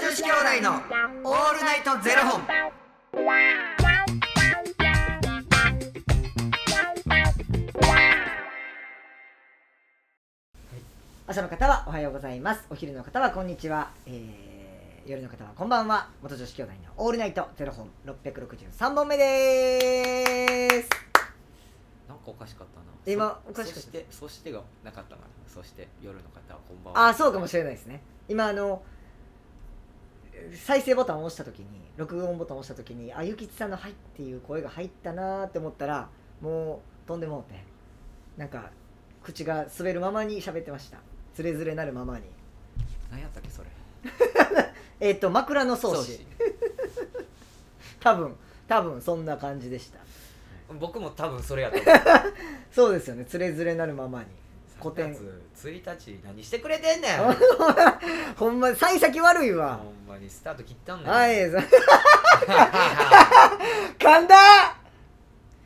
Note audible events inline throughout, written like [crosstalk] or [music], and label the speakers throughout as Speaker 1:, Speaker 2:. Speaker 1: 子兄弟のオールナイトゼロ本。
Speaker 2: 朝の方はおはようございますお昼の方はこんにちは、えー夜の方はこんばんは元女子兄弟のオールナイトゼロ本663本目です
Speaker 3: なんかおかしかったな
Speaker 2: 今
Speaker 3: そ
Speaker 2: おかしかった
Speaker 3: そしてそしてがなかったなそして夜の方はこんばんは
Speaker 2: ああそうかもしれないですね今あの再生ボタンを押した時に録音ボタンを押した時にあゆきちさんの「はい」っていう声が入ったなーって思ったらもうとんでもうてなんか口が滑るままに喋ってましたつれづれなるままに
Speaker 3: 何やったっけそれ
Speaker 2: えっ、と枕草
Speaker 3: そう
Speaker 2: [laughs] 子
Speaker 3: し
Speaker 2: 多分多分そんな感じでした
Speaker 3: 僕も多分それやと思う
Speaker 2: そうですよねつれづれなるままに [laughs] 古典
Speaker 3: 3月1日何してくれてんねん
Speaker 2: ほんま幸先悪いわ
Speaker 3: ほんまにスタート切ったんだ
Speaker 2: はい [laughs] い [laughs] 噛んだ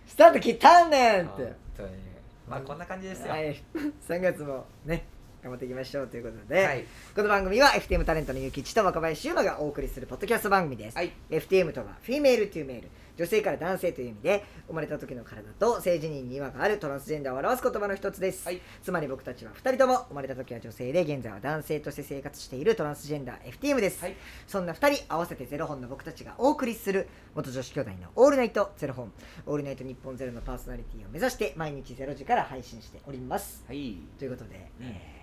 Speaker 2: スタート切ったんねんっ
Speaker 3: 本
Speaker 2: て
Speaker 3: 当にまあこんな感じですよ
Speaker 2: は
Speaker 3: はい、
Speaker 2: い、3月 [laughs] もね頑張っていきましょうということで、この番組は FTM タレントのゆきちと若林優馬がお送りするポッドキャスト番組です、
Speaker 3: はい
Speaker 2: FTM とはフィメールというメール女性から男性という意味で生まれた時の体と性自認に違和があるトランスジェンダーを表す言葉の一つです、
Speaker 3: はい
Speaker 2: つまり僕たちは2人とも生まれた時は女性で現在は男性として生活しているトランスジェンダー FTM です、
Speaker 3: はい
Speaker 2: そんな2人合わせてゼロ本の僕たちがお送りする元女子兄弟の「オールナイトゼロ本」「オールナイト日本ゼロのパーソナリティを目指して毎日ゼロ時から配信しております
Speaker 3: はい、
Speaker 2: ということで、
Speaker 3: うん
Speaker 2: えー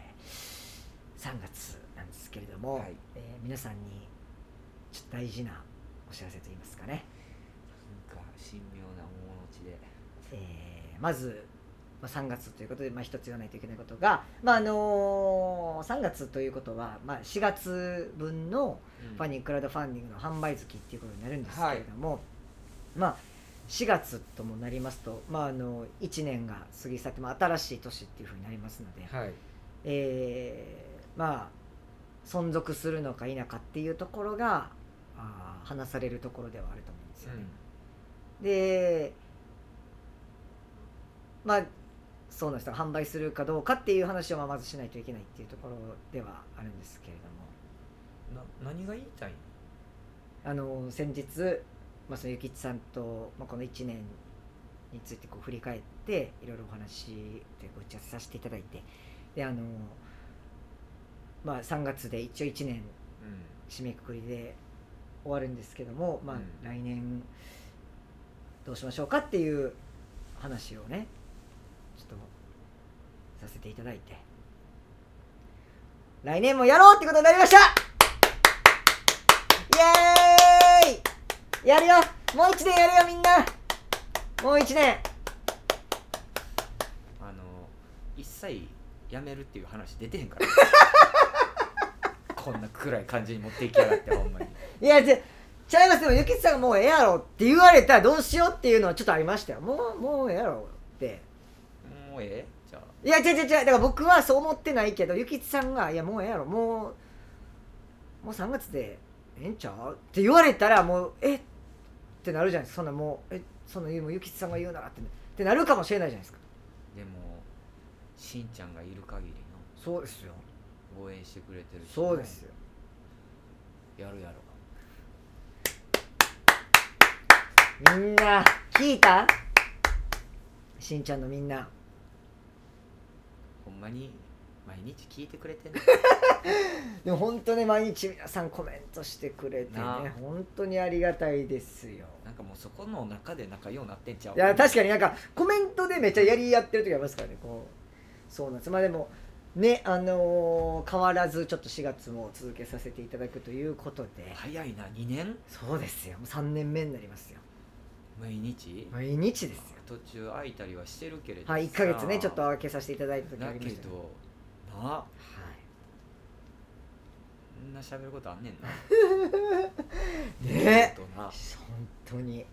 Speaker 2: 3月なんですけれども、
Speaker 3: はい
Speaker 2: えー皆さんにちょっと大事なお知らせといいますかね、
Speaker 3: なんか神妙な面持ちで
Speaker 2: えーまず、まあ、3月ということで、まあ、一つ言わないといけないことが、まああのー3月ということは、まあ、4月分のファニークラウドファンディングの販売月っていうことになるんですけれども、まあ4月ともなりますと、まあ、あの1年が過ぎ去って、まあ、新しい年っていうふうになりますので、
Speaker 3: はい
Speaker 2: えーまあ存続するのか否かっていうところがあー話されるところではあると思うんですよね。でまあそうなんですよ販売するかどうかっていう話をまあまずしないといけないっていうところではあるんですけれども。
Speaker 3: うん、な何が言いたいの
Speaker 2: あの先日、まあ、そのゆきちさんと、まあ、この1年についてこう振り返っていろいろお話というか打ち合わせさせていただいてであの、まあ、3月で一応1年
Speaker 3: う
Speaker 2: 締めくくりで終わるんですけども、まあ
Speaker 3: うん、
Speaker 2: 来年どうしましょうかっていう話をねちょっとさせていただいて来年もやろうってことになりましたイエーイやるよもう1年やるよみんなもう1年
Speaker 3: ん、あの一切やめるっていう話出てへん
Speaker 2: [laughs]
Speaker 3: からこんな暗い感じに持っていきやがってほんまに
Speaker 2: いやちゃちゃいますでもゆきちさんがもうええやろって言われたらどうしようっていうのはちょっとありましたよもうもうええやろって
Speaker 3: もうええじゃあ
Speaker 2: いや違う違う違うだから僕はそう思ってないけどゆきちさんが「いやもうええやろもうもう3月でええんちゃう?」って言われたらもう「えっ?」てなるじゃないですかそんなもう「えそんな言うもうゆきちさんが言うなら」ってってなるかもしれないじゃないですか
Speaker 3: でもしんちゃんがいる限りの
Speaker 2: そうですよ
Speaker 3: 応援してくれてるし
Speaker 2: そうですよ
Speaker 3: やるやろ
Speaker 2: みんな聞いたしんちゃんのみんな
Speaker 3: ほんまに毎日聞いてく
Speaker 2: [laughs]
Speaker 3: れてんの
Speaker 2: でも本当ね毎日皆さんコメントしてくれてね
Speaker 3: なあ
Speaker 2: 本当にありがたいですよ
Speaker 3: なんかもうそこの中で仲良うなってんちゃう
Speaker 2: いや確
Speaker 3: か
Speaker 2: かになんかコメントでめっちゃやり合ってる時ありますからねこうそうなんですまあでもねあのー変わらずちょっと4月も続けさせていただくということで、
Speaker 3: 早いな2年
Speaker 2: そうですよもう3年目になりますよ
Speaker 3: 毎日
Speaker 2: 毎日ですよ
Speaker 3: 途中空いたりはしてるけれど
Speaker 2: はい1か月ね
Speaker 3: さ
Speaker 2: ちょっと開けさせていただいた時あ
Speaker 3: だ
Speaker 2: り
Speaker 3: け
Speaker 2: ましたね
Speaker 3: どなあ
Speaker 2: はい
Speaker 3: こんな喋ることあんねんな
Speaker 2: [laughs] ね
Speaker 3: えな
Speaker 2: 本当に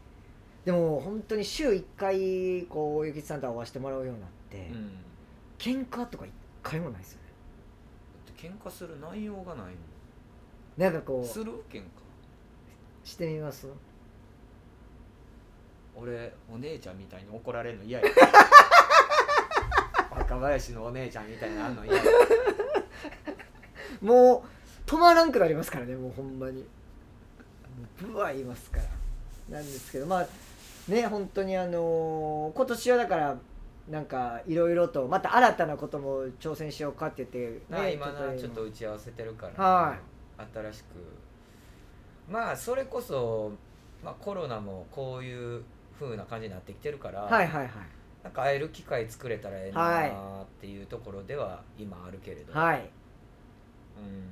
Speaker 2: でも本当に週1回こうゆきちさんと会わせてもらうようになって、
Speaker 3: うんだ
Speaker 2: 喧嘩とか1回もないですよね
Speaker 3: って喧嘩する内容がない
Speaker 2: なんか
Speaker 3: も
Speaker 2: こ
Speaker 3: ん
Speaker 2: う
Speaker 3: する喧嘩
Speaker 2: してみます
Speaker 3: 俺お姉ちゃんみたいに怒られるの嫌
Speaker 2: [laughs]
Speaker 3: や
Speaker 2: [laughs]
Speaker 3: 若林のお姉ちゃんみたいなのあんの嫌や
Speaker 2: も止まらんくなりますからねもうほんまにもうぶわ言いますからなんですけどまあね本当にあのー今年はだからなんかいろいろとまた新たなことも挑戦しようかって言って、
Speaker 3: な
Speaker 2: ね
Speaker 3: 今なちょっと
Speaker 2: 今
Speaker 3: 打ち合わせてるから、
Speaker 2: は
Speaker 3: 新しくまあそれこそ、まあ、コロナもこういう風な感じになってきてるから、
Speaker 2: はいはいはい
Speaker 3: なんか会える機会作れたらええ
Speaker 2: は
Speaker 3: ないっていうところでは今あるけれど、
Speaker 2: はい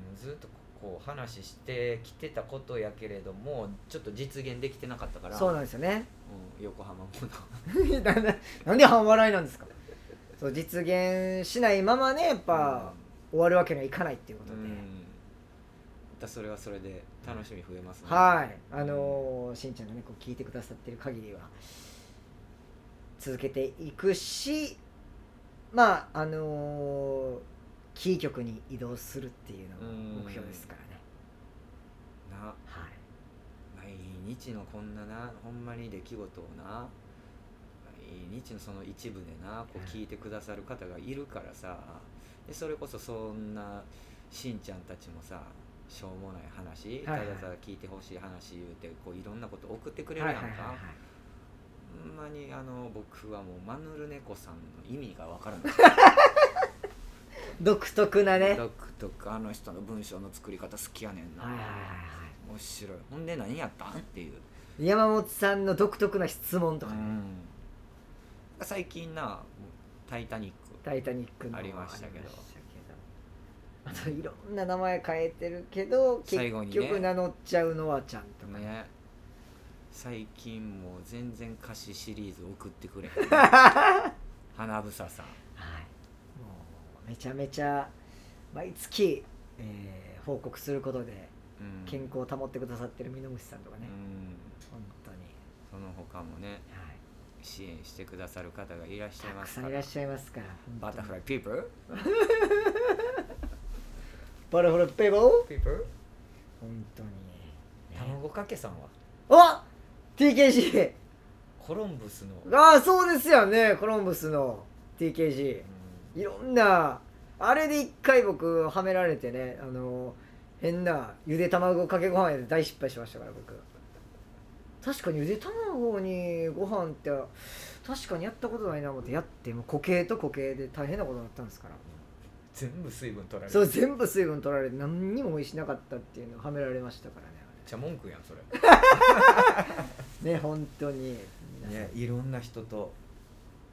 Speaker 3: うん、ずっとこう話してきてたことやけれどもちょっと実現できてなかったから
Speaker 2: そうなんですよね [laughs]
Speaker 3: うん横浜も
Speaker 2: なんでなんで半笑いなんですかそう実現しないままねやっぱ、終わるわけにはいかないっていうこと
Speaker 3: う
Speaker 2: で、
Speaker 3: ん、またそれはそれで楽しみ増えますね
Speaker 2: はいあのーしんちゃんがねこう聞いてくださってる限りは続けていくしまああのーキー局に移動するっていうのが目標ですからね、
Speaker 3: な
Speaker 2: はい、
Speaker 3: 毎日のこんななほんまに出来事をな毎日のその一部でなこ
Speaker 2: はいう
Speaker 3: 聞いてくださる方がいるからさでそれこそそんなしんちゃんたちもさしょうもない話た
Speaker 2: はい
Speaker 3: だ
Speaker 2: はい
Speaker 3: ただ聞いてほしい話言うてこういろんなこと送ってくれる
Speaker 2: は
Speaker 3: や
Speaker 2: い
Speaker 3: ん
Speaker 2: は
Speaker 3: か
Speaker 2: いはいはい
Speaker 3: ほんまにあの僕はもうマヌルネコさんの意味がわからない
Speaker 2: 独特なねはいはい
Speaker 3: 独特あの人の文章の作り方好きやねんな、
Speaker 2: はいは
Speaker 3: 面白いほんで何やったんっていう
Speaker 2: い山本さんの独特な質問とか、ね
Speaker 3: うん、最近な「タイタニック」
Speaker 2: タイタニックの
Speaker 3: ありましたけど
Speaker 2: ありましたけどあといろんな名前変えてるけど結
Speaker 3: 最後にね
Speaker 2: 局名乗っちゃうのはちゃんとか、
Speaker 3: ね最近もう全然歌詞シリーズ送ってくれへん [laughs] 花房さん
Speaker 2: はい、もうめちゃめちゃ毎月、えー報告することで
Speaker 3: うん
Speaker 2: 健康を保ってくださってる美濃虫さんとかね
Speaker 3: う、ん
Speaker 2: 本当に、
Speaker 3: その他もね
Speaker 2: はい、
Speaker 3: 支援してくださる方がいらっしゃい
Speaker 2: た
Speaker 3: ま
Speaker 2: く
Speaker 3: す
Speaker 2: さ
Speaker 3: か
Speaker 2: んいら
Speaker 3: ら
Speaker 2: っしゃいますから
Speaker 3: バタフラ
Speaker 2: イ
Speaker 3: イピープル
Speaker 2: バタフライペーボー
Speaker 3: ピープル
Speaker 2: 本当に、ね、
Speaker 3: 卵かけさんは
Speaker 2: お TKG
Speaker 3: コロンブスの、うん
Speaker 2: ああそうですよねコロンブスの TKG いろんなあれで一回僕はめられてねあの変なゆで卵かけご飯やで大失敗しましたから僕確かにゆで卵にご飯って確かにやったことないな思ってやってもう固形と固形で大変なことになったんですから
Speaker 3: 全部水分取られる
Speaker 2: そう全部水分取られて何にも美味しなかったっていうのをはめられましたからね
Speaker 3: めっちゃ文句やんそれ
Speaker 2: あれね本当に皆さん
Speaker 3: ね、いろんな人と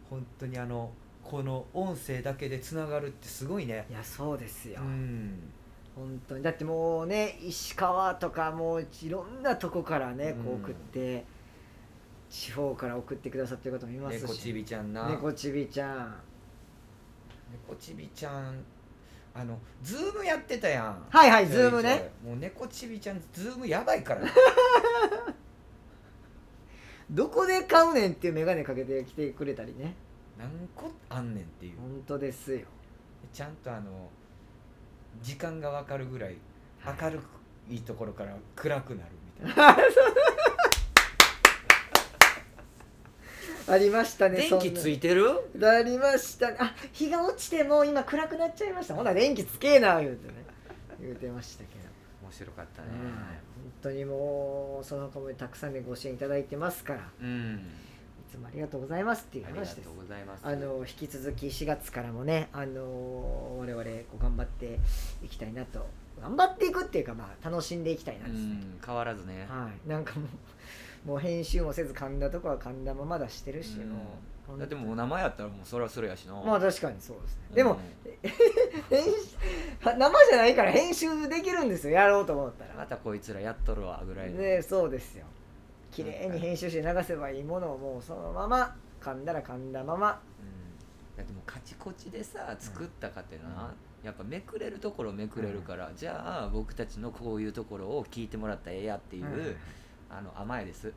Speaker 3: 本当にあのこの音声だけでつながるってすごいね
Speaker 2: いやそうですよ、
Speaker 3: うん
Speaker 2: 本当にだってもうね石川とかもういろんなとこからねこ
Speaker 3: う
Speaker 2: うん送って、地方から送ってくださってる方もいますし
Speaker 3: 猫ちびちゃんな
Speaker 2: 猫ちびちゃん
Speaker 3: 猫ちびちゃんあのズームやってたやん
Speaker 2: はいはい
Speaker 3: ちょ
Speaker 2: ズ
Speaker 3: ちょ
Speaker 2: ームね
Speaker 3: もう猫ちびちゃんズームやばいから
Speaker 2: [laughs]
Speaker 3: ね
Speaker 2: どこで買うねんっていう眼鏡かけてきてくれたりね
Speaker 3: 何個あんねんっていう
Speaker 2: 本当ですよ
Speaker 3: ちゃんとあの時間が分かるぐらい明るくいいところから暗くなるみたいな
Speaker 2: ありましたね
Speaker 3: 電気つ
Speaker 2: い
Speaker 3: いてる
Speaker 2: ありましたねあ日が落ちてもう今暗くなっちゃいましたほな電気つけえな言うてね言うてましたけど
Speaker 3: 面白かったね
Speaker 2: ね本当にもうその他もたくさんでご支援いただいてますからい
Speaker 3: うん
Speaker 2: つもありがとうございますっていう
Speaker 3: ありが
Speaker 2: 話です
Speaker 3: とうございます
Speaker 2: あの引き続き4月からもね、あの我々こう頑張っていきたいなと頑張っていくっていうか、まあ、楽しんでいきたいな
Speaker 3: う
Speaker 2: ですね、
Speaker 3: ん変わらずね、
Speaker 2: はい、なんかもうもう編集もせず噛んだとこは噛んだまま出してるし、
Speaker 3: うん
Speaker 2: もう
Speaker 3: だってもう名前やったらもうそれはそれやしな、
Speaker 2: まあ確かにそうですね、でも編集 [laughs] 生じゃないから編集できるんですよやろうと思った
Speaker 3: うんま
Speaker 2: ら、
Speaker 3: たこいつらやっとるわぐらいの
Speaker 2: ね、そうですよ綺麗に編集して流せばいいものをもうそのまま噛んだら噛んだまま
Speaker 3: うんだってもうカチコチでさ作ったかってな、やっぱめくれるところめくれるから、じゃあ僕たちのこういうところを聞いてもらったらええやっていう、
Speaker 2: うん
Speaker 3: あの甘えです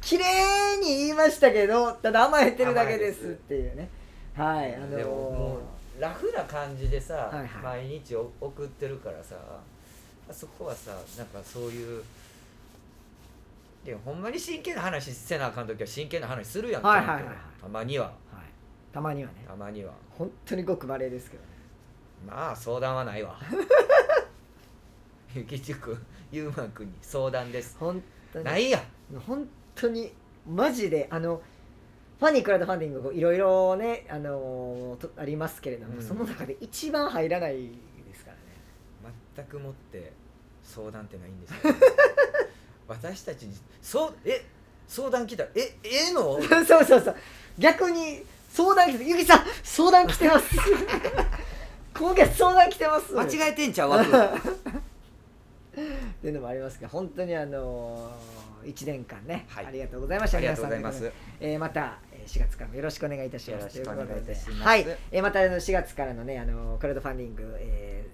Speaker 2: 綺麗に言いましたけどただ甘えてるだけですっていうねはいあのー
Speaker 3: でももうラフな感じでさ、
Speaker 2: はいはい
Speaker 3: 毎日お送ってるからさあそこはさなんかそういうでほんまに真剣な話せなあかん時は真剣な話するやん、
Speaker 2: はいはい
Speaker 3: ちゃん
Speaker 2: はい
Speaker 3: と
Speaker 2: はい
Speaker 3: たまには
Speaker 2: はい、たまにはね
Speaker 3: たまには
Speaker 2: 本当にごくまれですけどね
Speaker 3: まあ相談はないわ [laughs] ゆきちくんゆうまくんに相談です
Speaker 2: 本当に
Speaker 3: ないやん
Speaker 2: 本当にマジであのファニークラウドファンディングいろいろねあのとありますけれども、
Speaker 3: うん
Speaker 2: その中で一番入らないですからね
Speaker 3: 全くもって相談ってないんです
Speaker 2: [laughs]
Speaker 3: よ私たちにそうえ相談来たえええの
Speaker 2: [laughs] そうそうそう逆に相談来てゆきさん相談来てます
Speaker 3: [laughs]
Speaker 2: 今月相談来てます
Speaker 1: 間
Speaker 2: っ
Speaker 1: 違えてんちゃう枠は
Speaker 2: ていうのもありますけど本当にあの1年間ね、
Speaker 3: はい
Speaker 2: ありがとうございました
Speaker 3: ありがとうございま
Speaker 2: 皆さん
Speaker 3: す
Speaker 2: えー、またえー4月からもよろしくお願いいたします。
Speaker 3: よろしくお願いいたします
Speaker 2: とうことではい、えー、またあの4月からのねあのクラウドファンディング、えー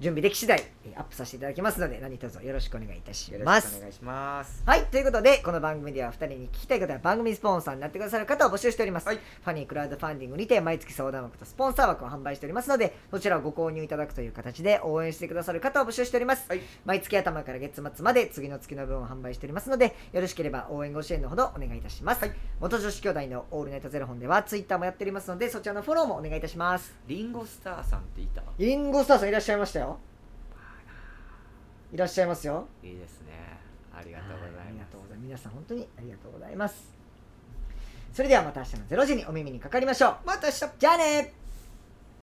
Speaker 2: 準備でき次第えーアップさせていただきますので何卒よろしくお願いいたし
Speaker 3: よろ
Speaker 2: ま
Speaker 3: しくお
Speaker 2: す。
Speaker 3: 願いします
Speaker 2: はいということでこの番組では2人に聞きたい方は番組スポンサーになってくださる方を募集しております、
Speaker 3: はい
Speaker 2: ファニークラウドファンディングにて毎月相談枠とスポンサー枠を販売しておりますのでそちらをご購入いただくという形で応援してくださる方を募集しております、
Speaker 3: はい
Speaker 2: 毎月頭から月末まで次の月の分を販売しておりますのでよろしければ応援ご支援のほどお願いいたします、元女子兄弟の「オールナイトゼロ本ではツイッターもやっておりますのでそちらのフォローもお願いいたします
Speaker 1: リンゴスターさんっていた
Speaker 2: リンゴスターさんいらっしゃいましたよいらっしゃいますよ
Speaker 1: いいですねあり
Speaker 2: あ
Speaker 1: がとうござ
Speaker 2: あ
Speaker 1: い
Speaker 2: りが
Speaker 1: ます
Speaker 2: とうございます皆さん本当にありがとうございますそれではまた明日の0時にお耳にかかりましょうまた明日じゃあね